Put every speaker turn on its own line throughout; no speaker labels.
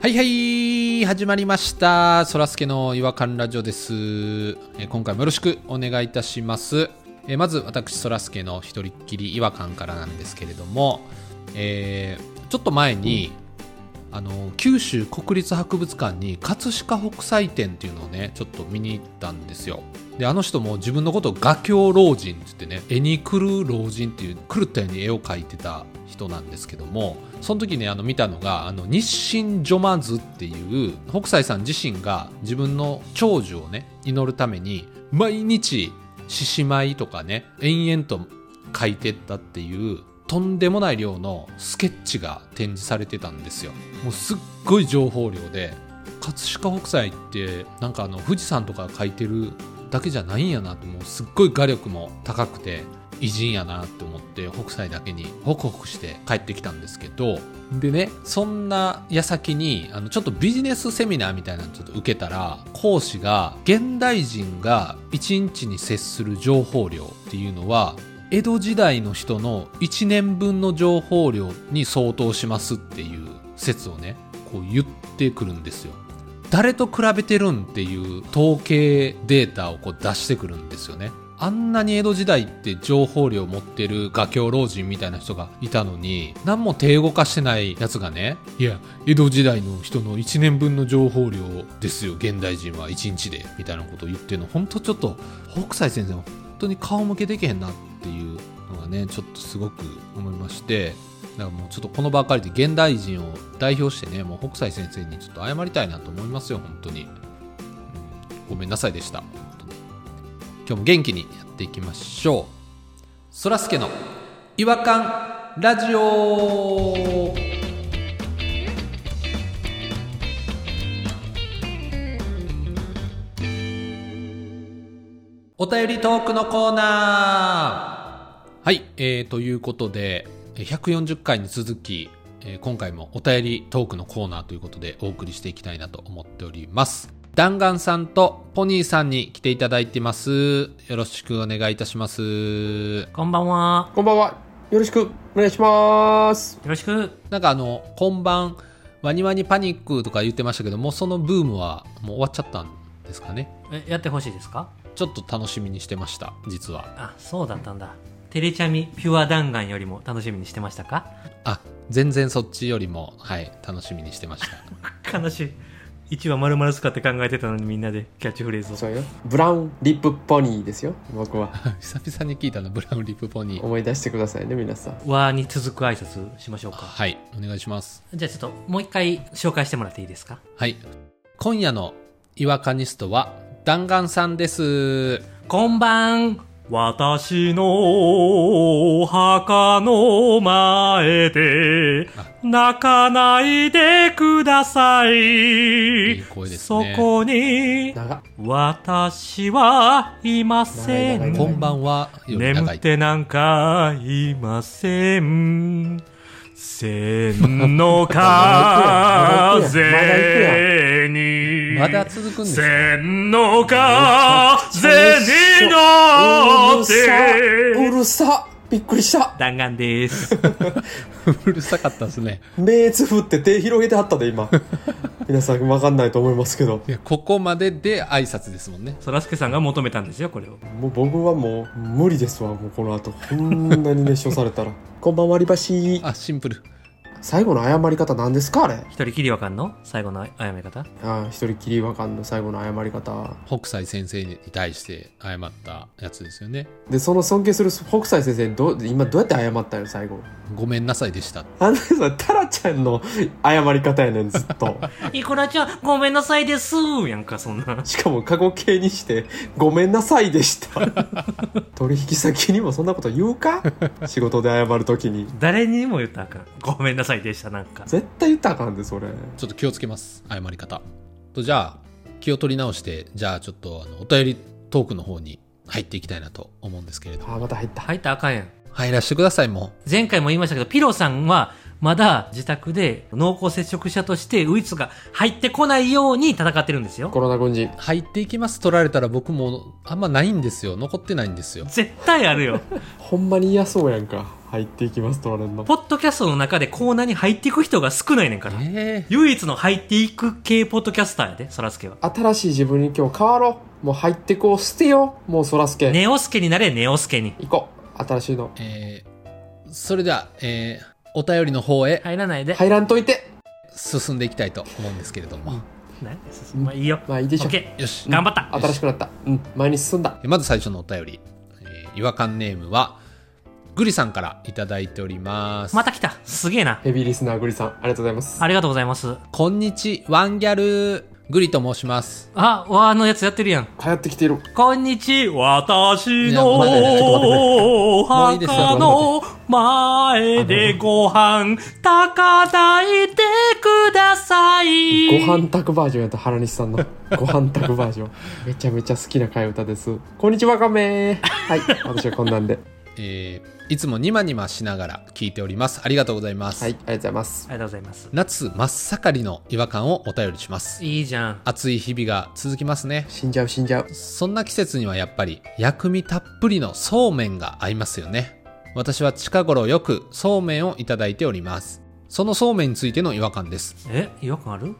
はいはい始まりましたそらすけの違和感ラジオです、えー今回もよろしくお願いいたします、えーまず私そらすけの一人っきり違和感からなんですけれども、えーちょっと前に、あの九州国立博物館に葛飾北斎展っていうのをねちょっと見に行ったんですよであの人も自分のことを画狂老人って言ってね絵に狂う老人っていう狂ったように絵を描いてた人なんですけどもその時ねあの見たのがあの日清ジョマズっていう北斎さん自身が自分の長寿をね祈るために毎日獅子舞とかね延々と書いてったっていうとんでもない量のスケッチが展示されてたんですよもうすっごい情報量で葛飾北斎ってなんかあの富士山とか描いてるだけじゃないんやなってもうすっごい画力も高くて偉人やなって思って北斎だけにホクホクして帰ってきたんですけどでねそんな矢先にあのちょっとビジネスセミナーみたいなのちょっと受けたら講師が現代人が1日に接する情報量っていうのは江戸時代の人の1年分の情報量に相当しますっていう説をねこう言ってくるんですよ。誰と比べてるんっていう統計データをこう出してくるんですよねあんなに江戸時代って情報量持ってる画狂老人みたいな人がいたのに何も手動かしてないやつがねいや江戸時代の人の1年分の情報量ですよ現代人は1日でみたいなことを言ってるのほんとちょっと北斎先生本当に顔向けできへんなっていうのがねちょっとすごく思いましてだからもうちょっとこのばかりで現代人を代表してねもう北斎先生にちょっと謝りたいなと思いますよ本当に、うんごめんなさいでした本当に今日も元気にやっていきましょうそらすけの「違和感ラジオ」お便りトークのコーナーはい、えーということでえー140回に続き、えー今回もお便りトークのコーナーということでお送りしていきたいなと思っております弾丸さんとポニーさんに来ていただいてますよろしくお願いいたします
こんばんは。
こんばんは。よろしくお願いします。
よろしく。
なんかあの「こんばんワニワニパニック」とか言ってましたけどもうそのブームはもう終わっちゃったんですかね
え、やってほしいですか
ちょっと楽しみにしてました実は
あ、そうだったんだ。テレチャミピュア弾丸よりも楽しみにしてましたか
あ全然そっちよりもはい楽しみにしてました
悲しい。1話丸々使って考えてたのにみんなでキャッチフレーズ
そ
を。
うよ。ブラウンリップポニーですよ。僕は。
久々に聞いたのブラウンリップポニー
思い出してくださいね、皆さん。
和に続く挨拶しましょうか。
はいお願いします
じゃあちょっともう一回紹介してもらっていいですか
はい。今夜の違和感ニストは弾丸さんです。
こんばん。私の墓の前で泣かないでください
いい声ですねそ
こに
長っ
私はいませ
長い
ん。
こんばんは。より長
眠
い
っ。てなんかいません。千の風に。
まだ続くんですか
千の風に乗っ
う
て。
るさびっくりした。
弾丸です。
うるさかったですね。
目つぶって手広げてはったで、今。 皆さんわかんないと思いますけど。
いやここまでで挨拶ですもんね。
そらすけさんが求めたんですよ、これを。
もう僕はもう無理ですわ。もうこの後。こんなに熱唱されたら。 こんばんは、割り箸。
あ、シンプル。
最後の謝り方何ですかあれ。
一人きりわかんの最後のあやめ方
ああ、一人きりわかんの最後の謝り方。
北斎先生に対して謝ったやつですよね。
で、その尊敬する北斎先生にどう、今どうやって謝ったの最後。
ごめんなさいでした。
あのさ、タラちゃんの謝り方やねん、ずっ と。
イクラちゃん、ごめんなさいです。やんか、そんな。
しかも過去形にして、ごめんなさいでした。 取引先にもそんなこと言うか仕事で謝るときに。
誰にも言ったらあかん。ごめんなさいでした、なんか。
絶対言ったらあかんで、それ。
ちょっと気をつけます。謝り方。とじゃあ気を取り直してじゃあちょっとあのお便りトークの方に入っていきたいなと思うんですけれども。
あ、また入った。
入ったらあかんやん。
入らしてくださいも
前回も言いましたけど、ピロさんは、まだ自宅で濃厚接触者としてウイルスが入ってこないように戦ってるんですよ。
コロナ軍人。
う。入っていきます取られたら僕もあんまないんですよ。残ってないんですよ。
絶対あるよ。
ほんまに嫌そうやんか。入っていきます、取られんの。
ポッドキャストの中でコーナーに入っていく人が少ないねんから。
え
唯一の入っていく系ポッドキャスターやで、そらすけは。
新しい自分に今日変わろう。もう入ってこう、捨てよう。もうそらすけ。
ネオスケになれ、ネオスケに。
行こう。新しいの。
ーえーそれでは、えーお便りの方へ
入らないで。
入らんといて。
進んでいきたいと思うんですけれども、
ねまあいいよ。
まあいいでし
オ
ょ
ッケ
よし
ー。頑張った。
新しくなった。うん。前に進んだ。
えまず最初のお便り、えー違和感ネームはグリさんからいただいております
また来た。すげえな。
ヘビーリスナーグリさん、ありがとうございます。
ありがとうございます。
こんにちワンギャルグリと申します
あ、わあのやつやってるやん。
流行ってきている。
こんにちは、私
いや待ってねちょっ
のお
待ってね
墓の前でご飯炊かないでくださ
ご
い。
飯炊くバージョンやった、原西さん の。ご飯炊くバージョン。めちゃめちゃ好きな替え歌です。こんにちは、カメはい。私はこんなんで。
えーいつもニマニマしながら聞いております。ありがとうございます。
はい。ありがとうございます。
ありがとうございます。
夏真っ盛りの違和感をお便りします。
いいじゃん。
暑い日々が続きますね。
死んじゃう、死んじゃう。
そんな季節にはやっぱり薬味たっぷりのそうめんが合いますよね。私は近頃よくそうめんをいただいております。そのそうめんについての違和感です。
え、違和感ある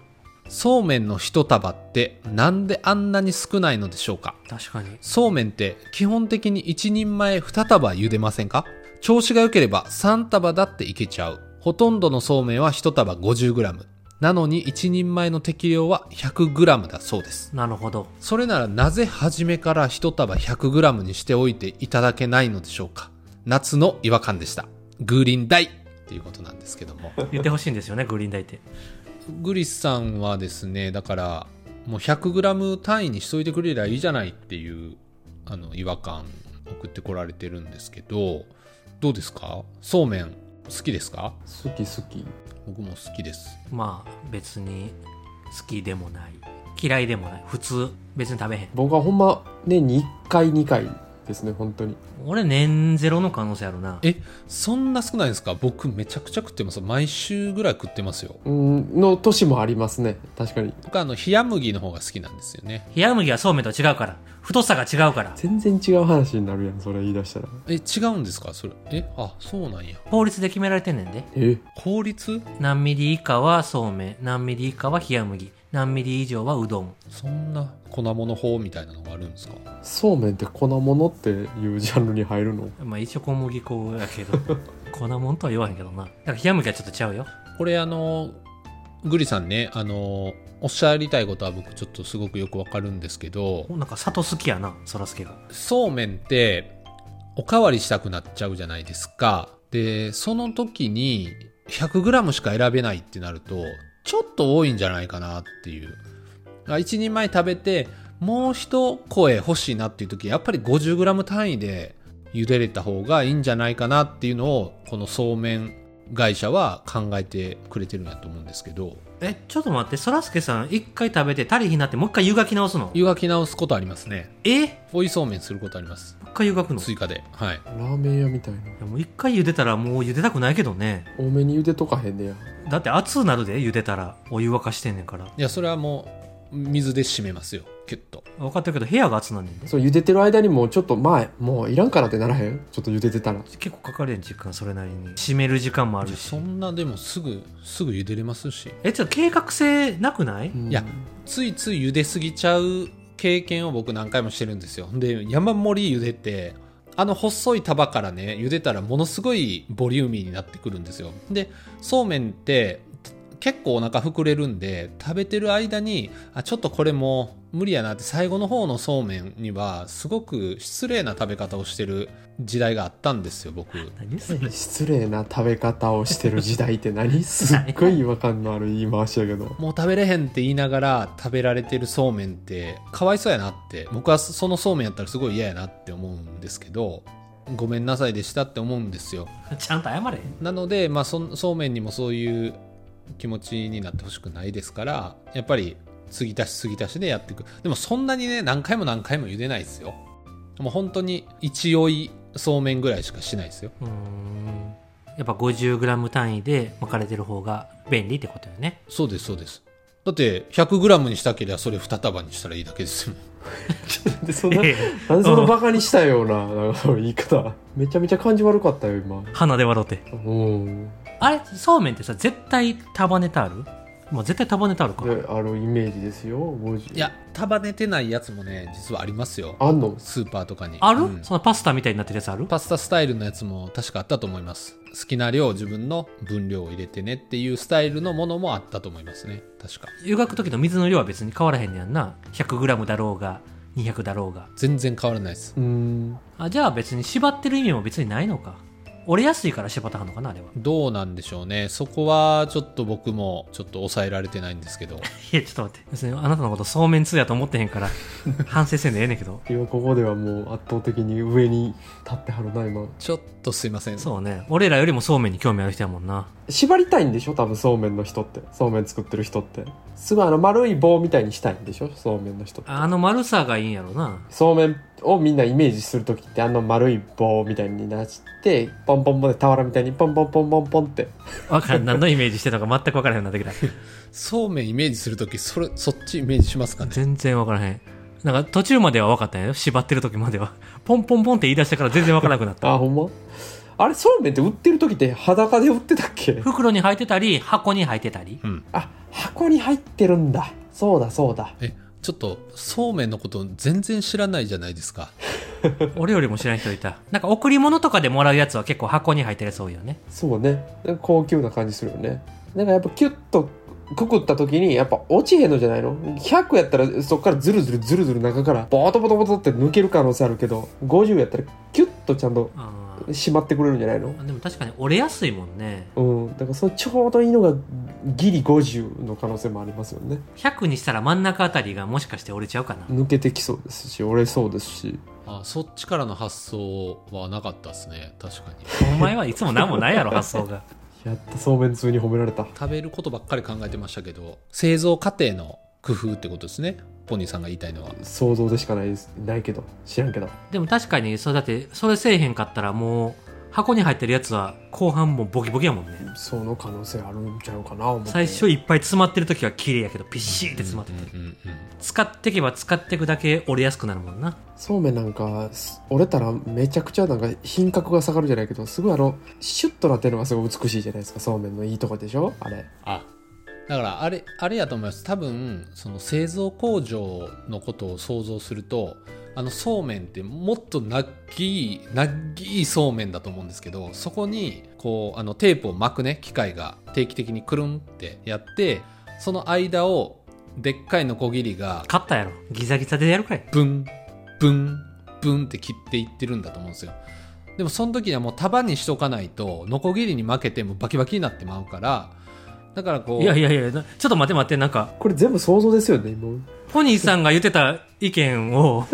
そうめんの一束ってなんであんなに少ないのでしょうか
確かに。
そうめんって基本的に1人前2束茹でませんか調子が良ければ3束だっていけちゃう。ほとんどのそうめんは1束 50g。なのに1人前の適量は 100g だそうです。
なるほど。
それならなぜ初めから1束 100g にしておいていただけないのでしょうか夏の違和感でした。グリーン大っていうことなんですけども。
言ってほしいんですよね、グリーンダイって。
グリスさんはですねだからもう 100g 単位にしといてくれりゃいいじゃないっていうあの違和感送ってこられてるんですけどどうですかそうめん好きですか
好き好き。
僕も好きです
まあ、別に好きでもない。嫌いでもない。普通。別に食べへん。
僕はほんま、年に1回、2回ですね、本当に。
俺、年ゼロの可能性あるな。
えそんな少ないんですか僕めちゃくちゃ食ってます毎週ぐらい食ってますよ
うん、の年もありますね。確かに。
僕あの冷麦の方が好きなんですよね
冷麦はそうめんと違うから。太さが違うから。
全然違う話になるやん、それ言い出したら。
え違うんですかそれえあそうなんや
法律で決められてんねんで。
え
法律
何ミリ以下はそうめん、何ミリ以下は冷麦、何ミリ以上はうどん。
そんな粉物法みたいなのがあるんですか
そうめんって粉物っていうジャンルに入るの
まあ一応小麦粉やけど、粉もんとは言わへんけどな。だから冷麦はちょっとちゃうよ。
これあのグリさんねあのおっしゃりたいことは僕ちょっとすごくよくわかるんですけど
おなんか里好きやな、そらすけが。
そうめんっておかわりしたくなっちゃうじゃないですかでその時に 100g しか選べないってなるとちょっと多いんじゃないかなっていう1人前食べてもう一声欲しいなっていう時やっぱり 50g 単位で茹でれた方がいいんじゃないかなっていうのをこのそうめん会社は考えてくれてるんやと思うんですけど
え、ちょっと待って、そらすけさん、一回食べて足りひんなって、もう一回湯がき直すの。
湯がき直すことありますね
えも
追いそうめんすることあります
う一回湯がくのい
追加ではい
ラーメン屋みたいな
やもう一回茹でたらもう茹でたくないけどね。
多めに茹でとかへんねや
だって熱なるで、茹でたら。お湯沸かしてんねんから。
いやそれはもう水で締めますよキュッと
分かってるけど、部屋が熱なんねんで。
そう茹でてる間にもうちょっと前もういらんからってならへんちょっと茹でてたら
結構かかるやん、時間、それなりに。締める時間もあるし
そ。んなでもすぐすぐ茹でれますし
え、ちょっと計画性なくない、
い
いやついつい茹ですぎちゃう経験を僕何回もしてるんですよで山盛り茹でてあの細い束からね茹でたらものすごいボリューミーになってくるんですよでそうめんって結構お腹膨れるんで食べてる間にあちょっとこれもう無理やなって最後の方のそうめんにはすごく失礼な食べ方をしてる時代があったんですよ僕
何それ
失礼な食べ方をしてる時代って何すっごい違和感のある言い回しや けど
もう食べれへんって言いながら食べられてるそうめんってかわいそうやなって僕はそのそうめんやったらすごい嫌やなって思うんですけどごめんなさいでしたって思うんですよ
ちゃんと謝れ。
なので、まあ、そそうめんにもそういう気持ちになってほしくないですからやっぱり継ぎ足し継ぎ足しでやっていくでもそんなにね何回も何回も茹でないですよもう本当に一酔いそうめんぐらいしかしないですよ
うーん。やっぱ 50g 単位で巻かれてる方が便利ってことよね。
そうですそうですだって 100g にしたければそれ2束にしたらいいだけですよ
でそんな
ええ
なんでそんなバカにしたようななんかその言い方めちゃめちゃ感じ悪かったよ今
鼻で笑って。
うん
あれそうめんってさ、絶対束ねてあるまあ絶対束ねてあるか。
であるイメージですよ文字
いや束ねてないやつもね実はありますよ
あんの
スーパーとかに
ある、
うん
そのパスタみたいになってるやつある
パスタスタイルのやつも確かあったと思います好きな量自分の分量を入れてねっていうスタイルのものもあったと思いますね確か
湯がく時の水の量は別に変わらへんねやんな。100g だろうが、200だろうが。
全然変わらないです
うん
あ、じゃあ別に縛ってる意味も別にないのか。折れやすいから縛ったはんのかな、あれは。
どうなんでしょうねそこはちょっと僕もちょっと抑えられてないんですけど
いや、ちょっと待って。別にあなたのことそうめん通やと思ってへん から、反省せんでええねんけど。
今ここではもう圧倒的に上に立ってはるな今
ちょっとすいません
そうね。俺らよりもそうめんに興味ある人やもんな。
縛りたいんでしょ多分そうめんの人ってそうめん作ってる人ってすごいあの丸い棒みたいにしたいんでしょそうめんの人って
あの丸さがいいんやろな。
そうめんをみんなイメージするときってあの丸い棒みたいになってポンポンポンで俵みたいにポンポンポンポンポンって
わからん。何のイメージしてたのか全くわからへんようになってきた。
そうめんイメージするときそれそっちイメージしますかね
全然わからへん。なんか途中までは分かったんやよ。縛ってる時までは。ポンポンポンって言い出してから全然わからなくなった。
あほんまあれそうめんって売ってるときって裸で売ってたっけ
袋に入ってたり、箱に入ってたり。
うん
あ箱に入ってるんだそうだそうだ
えちょっとそうめんのこと全然知らないじゃないですか
俺よりも知らん人いた。なんか贈り物とかでもらうやつは結構箱に入ってるやつ多いよね。
そうね高級な感じするよねなんかやっぱキュッとくくった時にやっぱ落ちへんのじゃないの100やったらそっからズルズルズルズル中からボトボトボトって抜ける可能性あるけど50やったらキュッとちゃんと
あ
締まってくれるんじゃないの
ーでも確かに折れやすいもんね。
うんだからそのちょうどいいのがギリ50の可能性もありますよね
100にしたら真ん中あたりがもしかして折れちゃうかな。
抜けてきそうですし折れそうですし
あそっちからの発想はなかったですね確かに
お前はいつも何もないやろ、発想が。
やったそうめん通に褒められた
食べることばっかり考えてましたけど製造過程の工夫ってことですねポニーさんが言いたいのは
想像でしかないですないけど知らんけど
でも確かに、そうだって、それせえへんかったらもう、箱に入ってるやつは後半もうボキボキやもんね。
その可能性あるんちゃうかな思って
最初いっぱい詰まってる時は綺麗やけど、ピシーって詰まってて。
うんうんうん
使ってけば使ってくだけ折れやすくなるもんな。
そうめんなんかす折れたらめちゃくちゃなんか品格が下がるじゃないけどすごいあのシュッとなってるのがすごい美しいじゃないですかそうめんのいいとこでしょあれ
あだからあれあれやと思います多分その製造工場のことを想像するとあのそうめんってもっとなっきいなっきいそうめんだと思うんですけどそこにこうあのテープを巻くね機械が定期的にくるんってやってその間をでっかいのこぎりが
勝ったやろ。ギザギザでやるかい。
ブンブンブンって切っていってるんだと思うんですよでもその時にはもう束にしとかないとノコギリに負けてもうバキバキになってまうからだからこう
いやいやいや、なちょっと待って待って、なんか、
これ全部想像ですよねもう
ポニーさんが言ってた意見 を、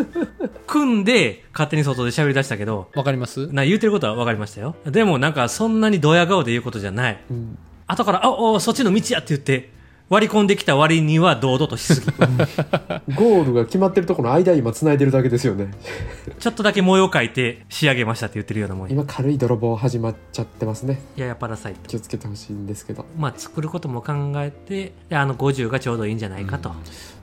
組んで、勝手に外で喋り出したけど、
わかります
な、言うてることは分かりましたよ。でもなんか、そんなにドヤ顔で言うことじゃない。
うん
後から、あ、おそっちの道やって言って、割り込んできた割には堂々としす ぎ。
ゴールが決まってるとこの間今繋いでるだけですよね
ちょっとだけ模様描いて仕上げましたって言ってるようなもんや。
今軽い泥棒始まっちゃってますね
ややパラサイト。
気をつけてほしいんですけど
まあ、作ることも考えて、であの50がちょうどいいんじゃないかと。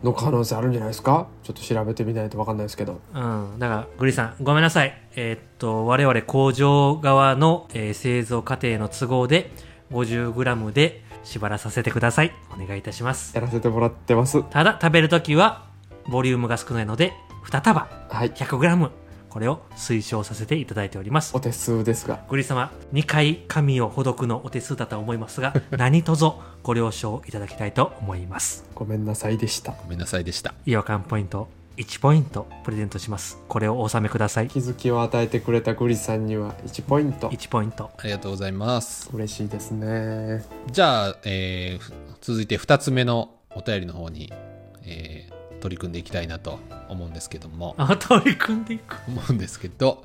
の可能性あるんじゃないですかちょっと調べてみないと分かんないですけど
うん。だから、グリさん、ごめんなさい。えーっと、我々工場側の、えー製造過程の都合で、50g で縛らさせてください。お願いいたします。
やらせてもらってます
ただ、食べるときは、ボリュームが少ないので、2束、
はい
100g、これを推奨させていただいております
お。手数ですが
グリ様、2回紙をほどくのお手数だと思いますが、何卒ご了承いただきたいと思います。
ごめんなさいでした
ごめんなさいでした
違和感ポイント、1ポイントプレゼントします。これをお納めください。
気づきを与えてくれたグリさんには1ポイント
1ポイント。
ありがとうございます
嬉しいですね
じゃあ、えーふ続いて2つ目のお便りの方に、えー取り組んでいきたいなと思うんですけども
あ、取り組んでいく。
思うんですけど、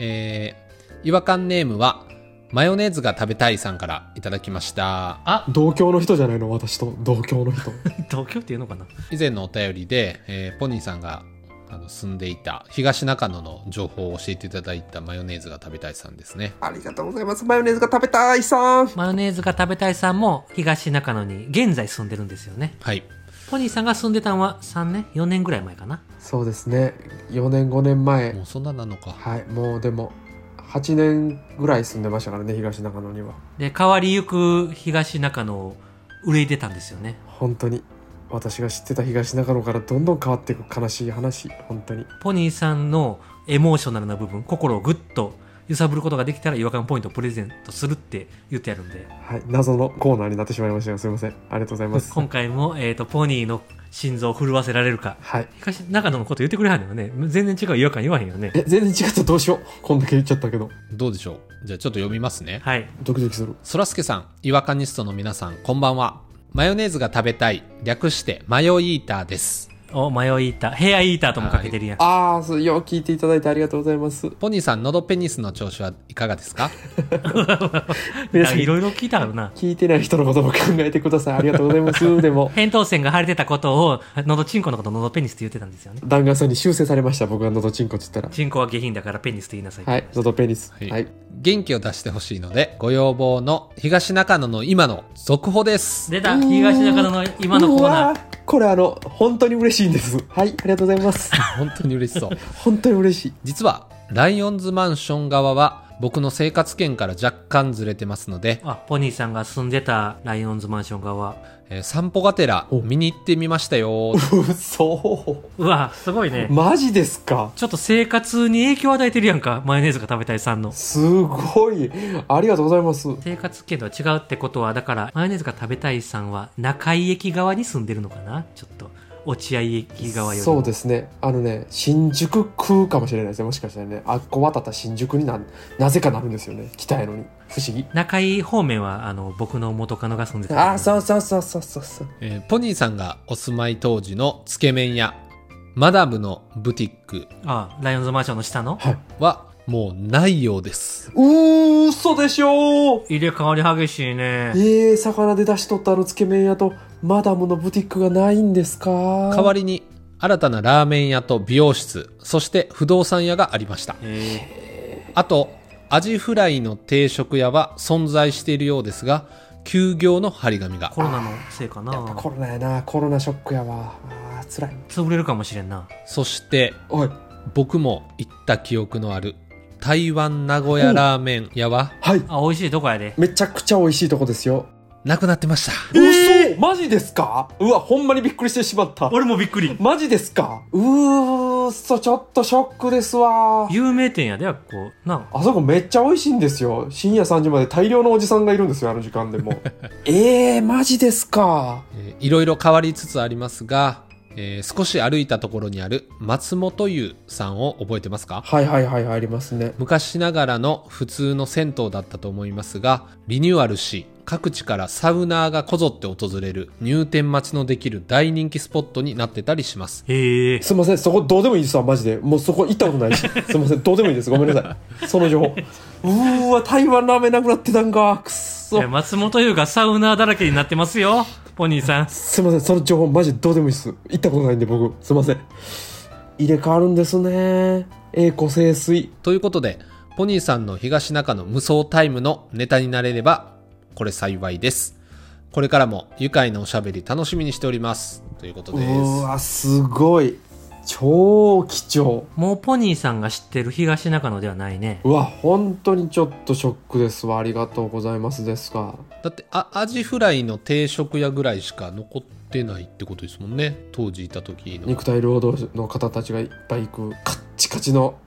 えー違和感ネームはマヨネーズが食べたいさんからいただきましたあ
同郷の人じゃないの私と同郷の人
東京っていうのかな
以前のお便りで、えーポニーさんがあの住んでいた東中野の情報を教えていただいたマヨネーズが食べたいさんですね
ありがとうございますマヨネーズが食べたいさん
マヨネーズが食べたいさんも東中野に現在住んでるんですよね。
はい
ポニーさんが住んでたんは3年 ?4 年ぐらい前かな。
そうですね4年5年前
もうそんななのか
はいもうでも8年ぐらい住んでましたからね東中野には
で、変わりゆく東中野を憂いてたんですよね。
本当に私が知ってた東中野からどんどん変わっていく悲しい話本当に
ポニーさんのエモーショナルな部分、心をぐっと揺さぶることができたら違和感ポイントをプレゼントするって言ってやるんで、
はい謎のコーナーになってしまいましたがすいませんありがとうございます
今回も、えっ、と、ポニーの心臓を震わせられるか。
はい
東中野のこと言ってくれはんのよね。全然違う違和感言わへんよね。
え全然違ったどうしようこんだけ言っちゃったけど
どうでしょうじゃあちょっと読みますね
はい。
ドキドキする
そらすけさん違和感ニストの皆さんこんばんはマヨネーズが食べたい略してマヨイーターです
お、迷い板、ヘアイーターともかけてるやん。
ああそうよう聞いていただいてありがとうございます
ポニーさん喉ペニスの調子はいかがですか
皆
なん
さ
か
ん
いろいろ聞いたあるな。
聞いてない人のことも考えてくださいありがとうござ いますでも
扁桃腺が腫れてたことを、喉チンコのことを喉ペニスって言ってたんですよね。
弾丸さんに修正されました僕が喉チンコっつったら
チンコは下品だからペニスって言いなさい。
はい喉ペニス
は
はいい、
元気を出してほしいのでご要望の東中野の今の続報です
出た東中野の今のコー
うわ
ナー。
これあの本当に嬉しいんですはいありがとうご ざいます
本当に嬉しそう
本当に嬉しい
実はライオンズマンション側は僕の生活圏から若干ずれてますので、
あ、ポニーさんが住んでたライオンズマンション側。
えー散歩がてら
お
見に行ってみましたよ
嘘
うわ、すごいね。
マジですか
ちょっと生活に影響を与えてるやんか。マヨネーズが食べたいさんの。
すごいありがとうございます
生活圏とは違うってことは、だから、マヨネーズが食べたいさんは、中井駅側に住んでるのかなちょっと、落合駅側よりも。
そうですねあのね新宿区かもしれないですねもしかしたらねあっこ渡った新宿になんなぜかなるんですよね北へのに不思議
中井方面は、あの、僕の元カノが住んでた。
あーそうそうそうそうそうそう
えーポニーさんがお住まい当時のつけ麺屋マダムのブティック
あ、ライオンズマンションの下の
はい
はもうないようです
うーそでしょー
入れ替わり激しいね。
えー、魚で出しとったあのつけ麺屋とマダムのブティックがないんですか
代わ
り
りに新たなラーメン屋と美容室そして不動産屋がありました
え
あとアジフライの定食屋は存在しているようですが休業の張り紙が
ー、コロナのせいかな
やっぱコロナやなコロナショックやわあー辛い
潰れるかもしれんな
そして
おい
僕も行った記憶のある台湾名古屋ラーメン屋は
はい
あ美味しいとこやで
めちゃくちゃ美味しいとこですよ
なくなってました
嘘、マジですかうわほんまにびっくりしてしまった
俺もびっくり
マジですかうーっそちょっとショックですわ
有名店やでこうな
あそこめっちゃ美味しいんですよ深夜3時まで大量のおじさんがいるんですよあの時間でも えー、マジですか
えーいろいろ変わりつつありますが、えー少し歩いたところにある松本湯さんを覚えてますか
はいはいはいはいありますね
昔ながらの普通の銭湯だったと思いますがリニューアルし各地からサウナーがこぞって訪れる入店待ちのできる大人気スポットになってたりします
へえ
すいませんそこどうでもいいですわマジでもうそこ行ったことないしすいませんどうでもいいですごめんなさいその情報うーわ台湾ラーメンなくなってたんかくっそ
松本優がサウナーだらけになってますよポニーさん
すいませんその情報マジでどうでもいいっす行ったことないんで僕すいません入れ替わるんですね栄枯盛衰
ということでポニーさんの東中の無双タイムのネタになれればこれ幸いですこれからも愉快なおしゃべり楽しみにしておりますということです
うわすごい超貴重
もうポニーさんが知ってる東中野ではないね
うわ本当にちょっとショックですわありがとうございますですが
だってあアジフライの定食屋ぐらいしか残ってないってことですもんね当時いた時の
肉体労働の方たちがいっぱい行くカッチカチの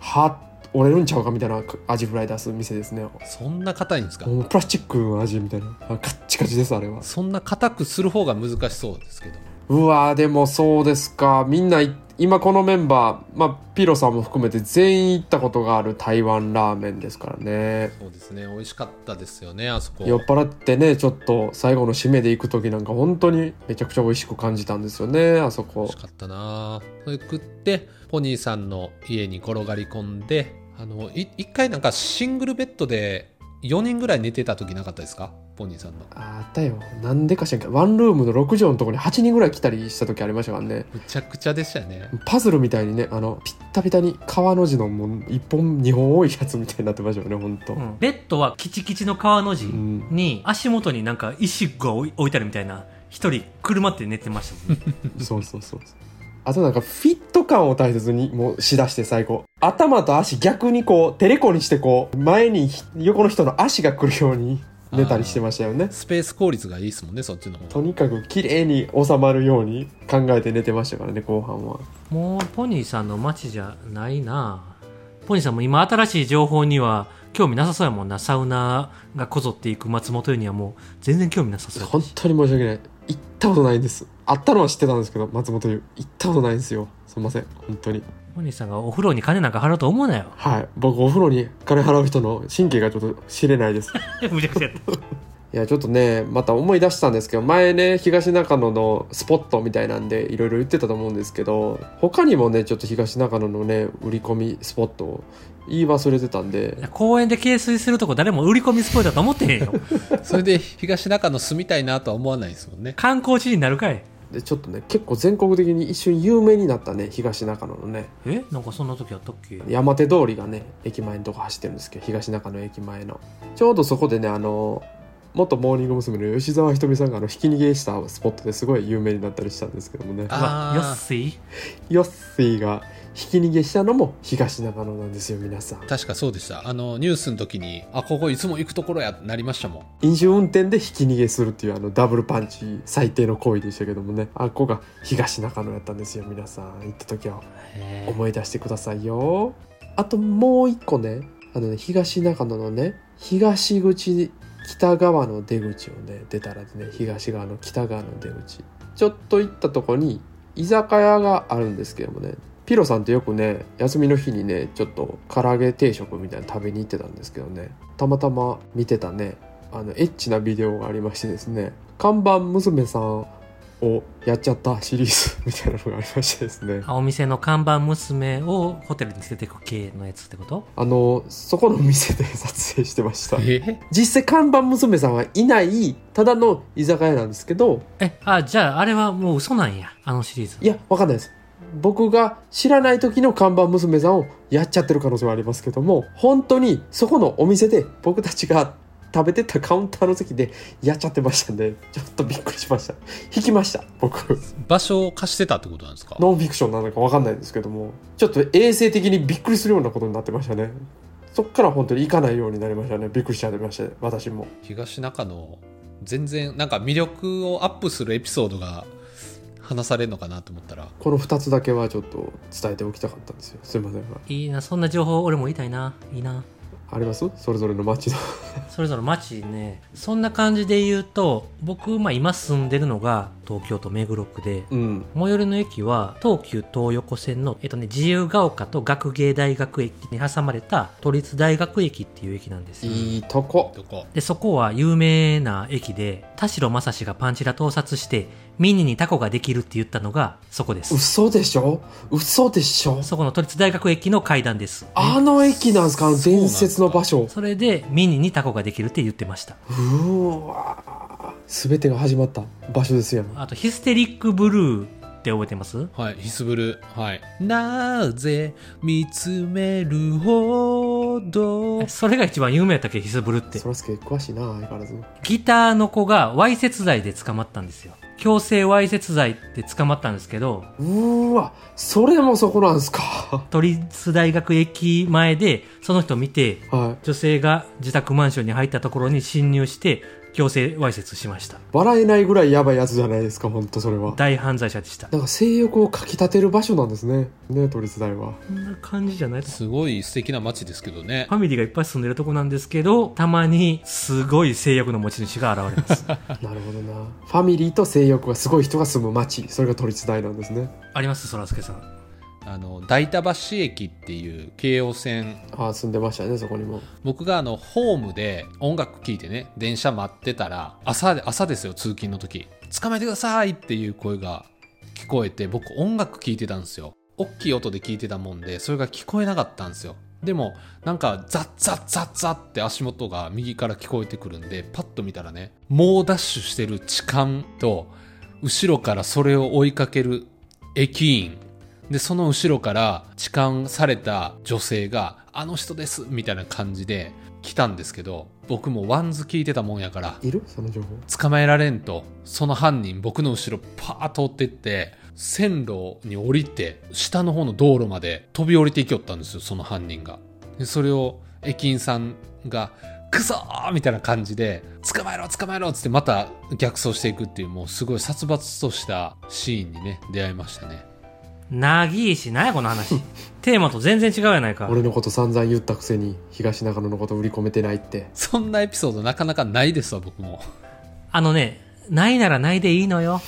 歯折れるんちゃうかみたいなアジフライ出す店ですねも
そんな硬いんですか、
うプラスチックの味みたいなあカッチカチですあれは
そんな硬くする方が難しそうですけど
うわーでもそうですかみんない今このメンバー、まあ、ピロさんも含めて全員行ったことがある台湾ラーメンですからね
そうですね美味しかったですよねあそこ
酔っ払ってねちょっと最後の締めで行く時なんか本当にめちゃくちゃ美味しく感じたんですよねあそ
美
こ
味しかったなそれ食ってポニーさんの家に転がり込んであのい一回なんかシングルベッドで4人ぐらい寝てた時なかったですかポニーさんの
あったよなんでか知らんけどワンルームの6畳のとこに8人ぐらい来たりした時ありましたからね
むちゃくちゃでしたよね
パズルみたいにねあのピッタピタに川の字のもう1本2本多いやつみたいになってましたよね本当、
うんベッドはキチキチの川の字
うん
に足元になんか石が置い置いてあるみたいな一人車って寝てましたもんね
そうそうそうそうあとなんかフィット感を大切にもうしだして最高頭と足逆にこうテレコにしてこう前にひ横の人の足が来るように寝たりしてましたよね
スペース効率がいいですもんねそっちの方
と
が
にかく綺麗に収まるように考えて寝てましたからね後半は
もうポニーさんの街じゃないなポニーさんも今新しい情報には興味なさそうやもんなサウナがこぞっていく松本湯にはもう全然興味なさそうやし
本当に申し訳ない行ったことないんですあったのは知ってたんですけど松本湯行ったことないんですよすいません本当に
ポニーさんがお風呂に金なんか払うと思うなよ
はい僕お風呂に金払う人の神経がちょっと知れないです
むちゃくちゃやった
いやちょっとねまた思い出したんですけど前ね東中野のスポットみたいなんでいろいろ言ってたと思うんですけど他にもねちょっと東中野のね売り込みスポットを言い忘れてたんで
いや公園で懸垂するとこ誰も売り込みスポイトだと思ってへんよ
それで東中野住みたいなとは思わないですもんね
観光地になるかい
でちょっとね結構全国的に一瞬有名になったね東中野のね
えなんかそんな時あったっけ
山手通りがね駅前のとこ走ってるんですけど東中野駅前のちょうどそこでねあの元モーニング娘。の吉澤ひとみさんがあのひき逃げしたスポットですごい有名になったりしたんですけどもね
あー
よっし
ヨッシーがひき逃げしたのも東中野なんですよ皆さん
確かそうでしたあのニュースの時にあここいつも行くところやってなりましたもん
飲酒運転でひき逃げするっていうあのダブルパンチ最低の行為でしたけどもねあっこが東中野やったんですよ皆さん行った時は
へー
思い出してくださいよあともう一個ねあのね東中野のね東口北側の出口をね出たらね東側の北側の出口ちょっと行ったとこに居酒屋があるんですけどもねピロさんってよくね休みの日にねちょっと唐揚げ定食みたいなの食べに行ってたんですけどねたまたま見てたねあのエッチなビデオがありましてですね看板娘さんをやっちゃったシリーズみたいなのがありましてですね
あお店の看板娘をホテルに捨てていく系のやつってこと
あの、そこの店で撮影してました。
え
実際看板娘さんはいない、ただの居酒屋なんですけど、
えあじゃああれはもう嘘なんやあのシリーズ
いや、わかんないです。僕が知らない時の看板娘さんをやっちゃってる可能性はありますけども、本当にそこのお店で僕たちが食べてたカウンターの席でやっちゃってましたんで、ちょっとびっくりしました。引きました、僕。
場所を貸してたってことなんですか
ノンフィクションなのかわかんないんですけども、ちょっと衛生的にびっくりするようなことになってましたね。そっから本当に行かないようになりましたね。びっくりしちゃってました、私も。
東中野全然なんか魅力をアップするエピソードが話されるのかなと思ったら
この2つだけはちょっと伝えておきたかったんですよすいませんが
いいなそんな情報俺も言いたいないいな
ありますそれぞれの街の
それぞれ街ねそんな感じで言うと僕、まあ、今住んでるのが東京都目黒区で
うん
最寄りの駅は東急東横線の、えっとね、自由が丘と学芸大学駅に挟まれた都立大学駅っていう駅なんですよ
いいとこ
どこ
で、そこは有名な駅で、田代正史がパンチラ盗撮して、ミニにタコができるって言ったのが、そこです。
嘘でしょ嘘でしょ
そこの都立大学駅の階段です。
あの駅なんですかあの伝説の場所
それで、ミニにタコができるって言ってました。
うーわー全てが始まった場所ですよ
あと、ヒステリックブルーって覚えてます
はいヒスブルはいなぜ見つめるほど
えそれが一番有名やったっけ、ヒスブルーって
そ。らすけ詳しいな相変わらず
ギターの子がわいせつ罪で捕まったんですよ。強制わいせつ罪で捕まったんですけど、
うーわそれもそこなんですか
都立大学駅前で、その人見て、
はい
女性が自宅マンションに入ったところに侵入して強制わいせつしました
笑えないぐらいやばいやつじゃないですか本当それは
大犯罪者でした
なんか性欲をかきたてる場所なんですねね都立大は
こんな感じじゃないです
すごい素敵な街ですけどね
ファミリーがいっぱい住んでるとこなんですけどたまにすごい性欲の持ち主が現れます
なるほどなファミリーと性欲がすごい人が住む町それが都立大なんですね
ありますそらすけさん
あの代田橋駅っていう京王線
ああ住んでましたねそこにも
僕があのホームで音楽聴いてね電車待ってたら朝で朝ですよ通勤の時「捕まえてください!」っていう声が聞こえて僕音楽聴いてたんですよ大きい音で聞いてたもんでそれが聞こえなかったんですよでもなんかザッザッザッザッって足元が右から聞こえてくるんでパッと見たらね猛ダッシュしてる痴漢と後ろからそれを追いかける駅員でその後ろから痴漢された女性が「あの人です」みたいな感じで来たんですけど僕もワンズ聞いてたもんやから
いるその情報
捕まえられんとその犯人僕の後ろパーッ通ってって線路に降りて下の方の道路まで飛び降りていきよったんですよその犯人がでそれを駅員さんが「クソー!」みたいな感じで「捕まえろ捕まえろ!」っつってまた逆走していくっていうもうすごい殺伐としたシーンにね出会いましたね
なぎいし、なんやこの話。テーマと全然違うやないか。
俺のこと散々言ったくせに東中野のこと売り込めてないって
そんなエピソードなかなかないですわ僕も
あのね、ないならないでいいのよ。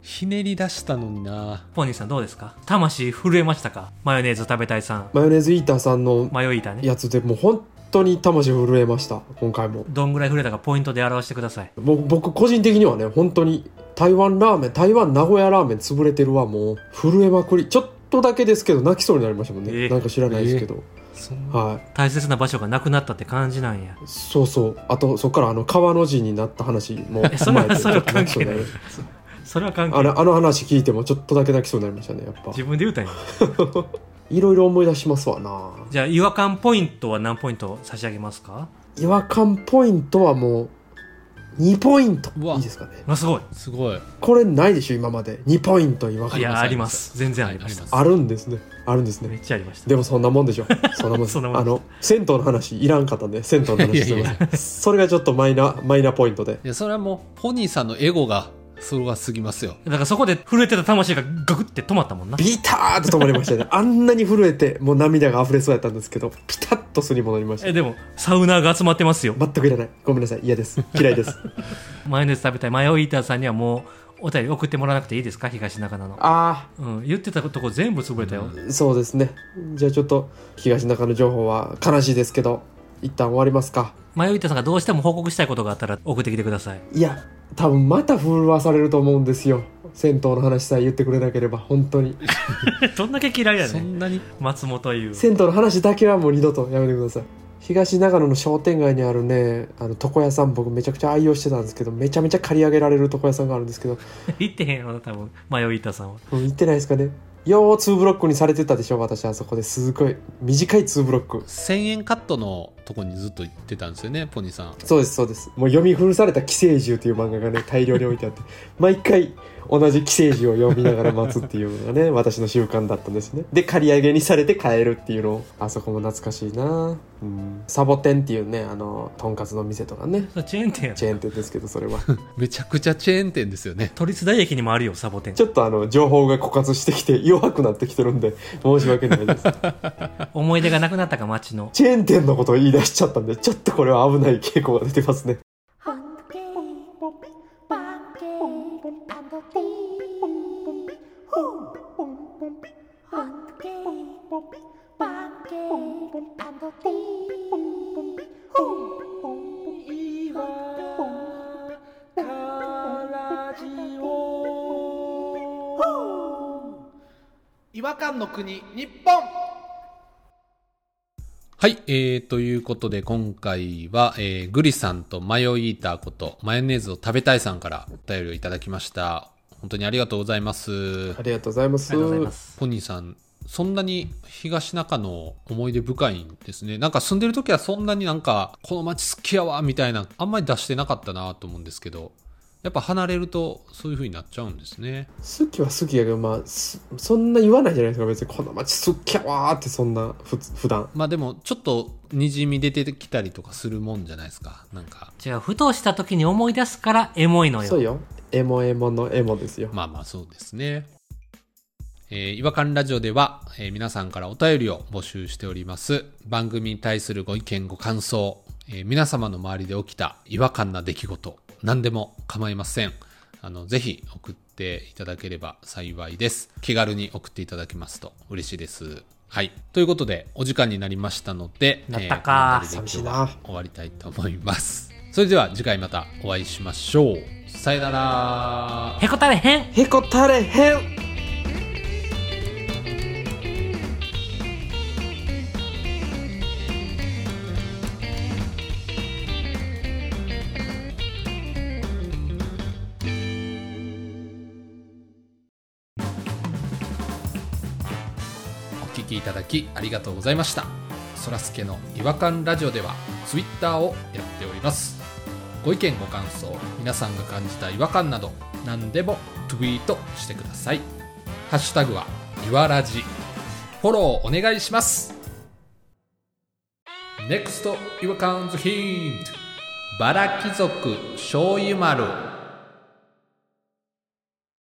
ひねり出したのにな
ポニーさんどうですか魂震えましたかマヨネーズ食べたいさん。
マヨネーズイーターさんの
迷いだね。
やつでもう本当に魂震えました今回も
どんぐらい震えたかポイントで表してください。
もう僕個人的にはね本当に台湾ラーメン台湾名古屋ラーメン潰れてるわもう震えまくりちょっとだけですけど泣きそうになりましたもんね、
ええ
なんか知らないですけど、
そんな
はい
大切な場所がなくなったって感じ なんや。
そうそうあとそっからあの川の字になった話も
えそれは
踏まえて
それは関
ちょっと泣き
係
そ
な
うに
い
りまし。
それは関
たあ
係ない。
のあの話聞いてもちょっとだけ泣きそうになりましたねやっぱ
自分で言うたんや。
いろいろ思い出しますわな
じゃあ、違和感ポイントは何ポイント差し上げますか
違和感ポイントはもう2ポイント
うわ
いいですかね
あ、すごい。
すごい
これないでしょ今まで2ポイント違和
い
感
や、あ
あ
り
り
ま。
ますす
全然ありま
は
す
い。
あるんですねあるんです
めっ
ね
ちゃありました。
でもそんなもん でしょそんなもんです
そんなもん
あの銭湯の話いらんかったんで銭湯の話すいませんそれがちょっとマイナマイナポイントで
いやそれはもうポニーさんのエゴがそれは過ぎますよ
だからそこで震えてた魂がガクって止まったもんな。
ビターって止まりましたねあんなに震えてもう涙が溢れそうやったんですけどピタッとすに戻りました
え、でも、サウナーが集まってますよ。
全くいらないごめんなさい嫌です嫌 いです
マヨネーズ食べたいマヨイーターさんにはもうお便り送ってもらわなくていいですか東中野の、
あ
うん、言ってたとこ全部潰れたよ、
あそうですねじゃあちょっと東中の情報は悲しいですけど一旦終わりますか
マヨイーターさんがどうしても報告したいことがあったら送ってきてください
いや多分また震わされると思うんですよ銭湯の話さえ言ってくれなければ本当に
どんだけ嫌いや
そ
ねん
んなに
松本優
銭湯の話だけはもう二度とやめてください東長野の商店街にあるねあの床屋さん僕めちゃくちゃ愛用してたんですけどめちゃめちゃ借り上げられる床屋さんがあるんですけど
言ってへんよな多分マヨイーターさんは
もう行ってないですかねよう2ブロックにされてたでしょ私あそこですごい短い2ブロック
1000円カットのとこにずっと行ってたんですよねポニーさん
そうですそうですもう読み古された「寄生獣」という漫画がね大量に置いてあって 毎回同じ寄生獣を読みながら待つっていうのが ね私の習慣だったんですねで借り上げにされて買えるっていうのをあそこも懐かしいなうんサボテンっていうねあのとんかつの店とかね
それチェーン店や
チェーン店ですけどそれは
めちゃくちゃチェーン店ですよね
都立大駅にもあるよサボテン
ちょっとあの情報が枯渇してきて弱くなってきてるんで申し訳ない です
思い出がなくなったか街の
チェーン店のことを言い出しちゃったんで、ちょっとこれは危ない傾向が出てますね。
Hungry.
違和感の国日本
はい、えー、ということで今回は、えーグリさんとマヨイーターことマヨネーズを食べたいさんからお便りをいただきました本当にありがとうございます
ありがとうございます。
ありがとうございます
ポニーさんそんなに東中の思い出深いんですねなんか住んでる時はそんなになんかこの街好きやわみたいなあんまり出してなかったなと思うんですけどやっぱ離れるとそういう風になっちゃうんですね
好きは好きやけど、まあ、すそんな言わないじゃないですか、別に。この街好きやわーって、そんな、ふつ、普段。
まあでもちょっとにじみ出てきたりとかするもんじゃないですかなんか
違うふとした時に思い出すからエモいのよ
そうよ。エモエモのエモですよ。
まあまあそうですね。えー違和感ラジオでは、えー皆さんからお便りを募集しております。番組に対するご意見、ご感想、えー皆様の周りで起きた違和感な出来事、何でも構いません。あの、ぜひ送っていただければ幸いです。気軽に送っていただけますと嬉しいです。はい。ということで、お時間になりましたので、
なったか
えーこの辺り
寂しい
で
な
今日は終わりたいと思います。それでは次回またお会いしましょう。さよなら。
へこたれへん
へこたれへん
お聞きいただきありがとうございました。そらすけの違和感ラジオではツイッターをやっておりますご意見ご感想皆さんが感じた違和感など何でもツイートしてくださいハッシュタグはいわらじフォローお願いします NEXT 違和感ズヒントバラ貴族醤油丸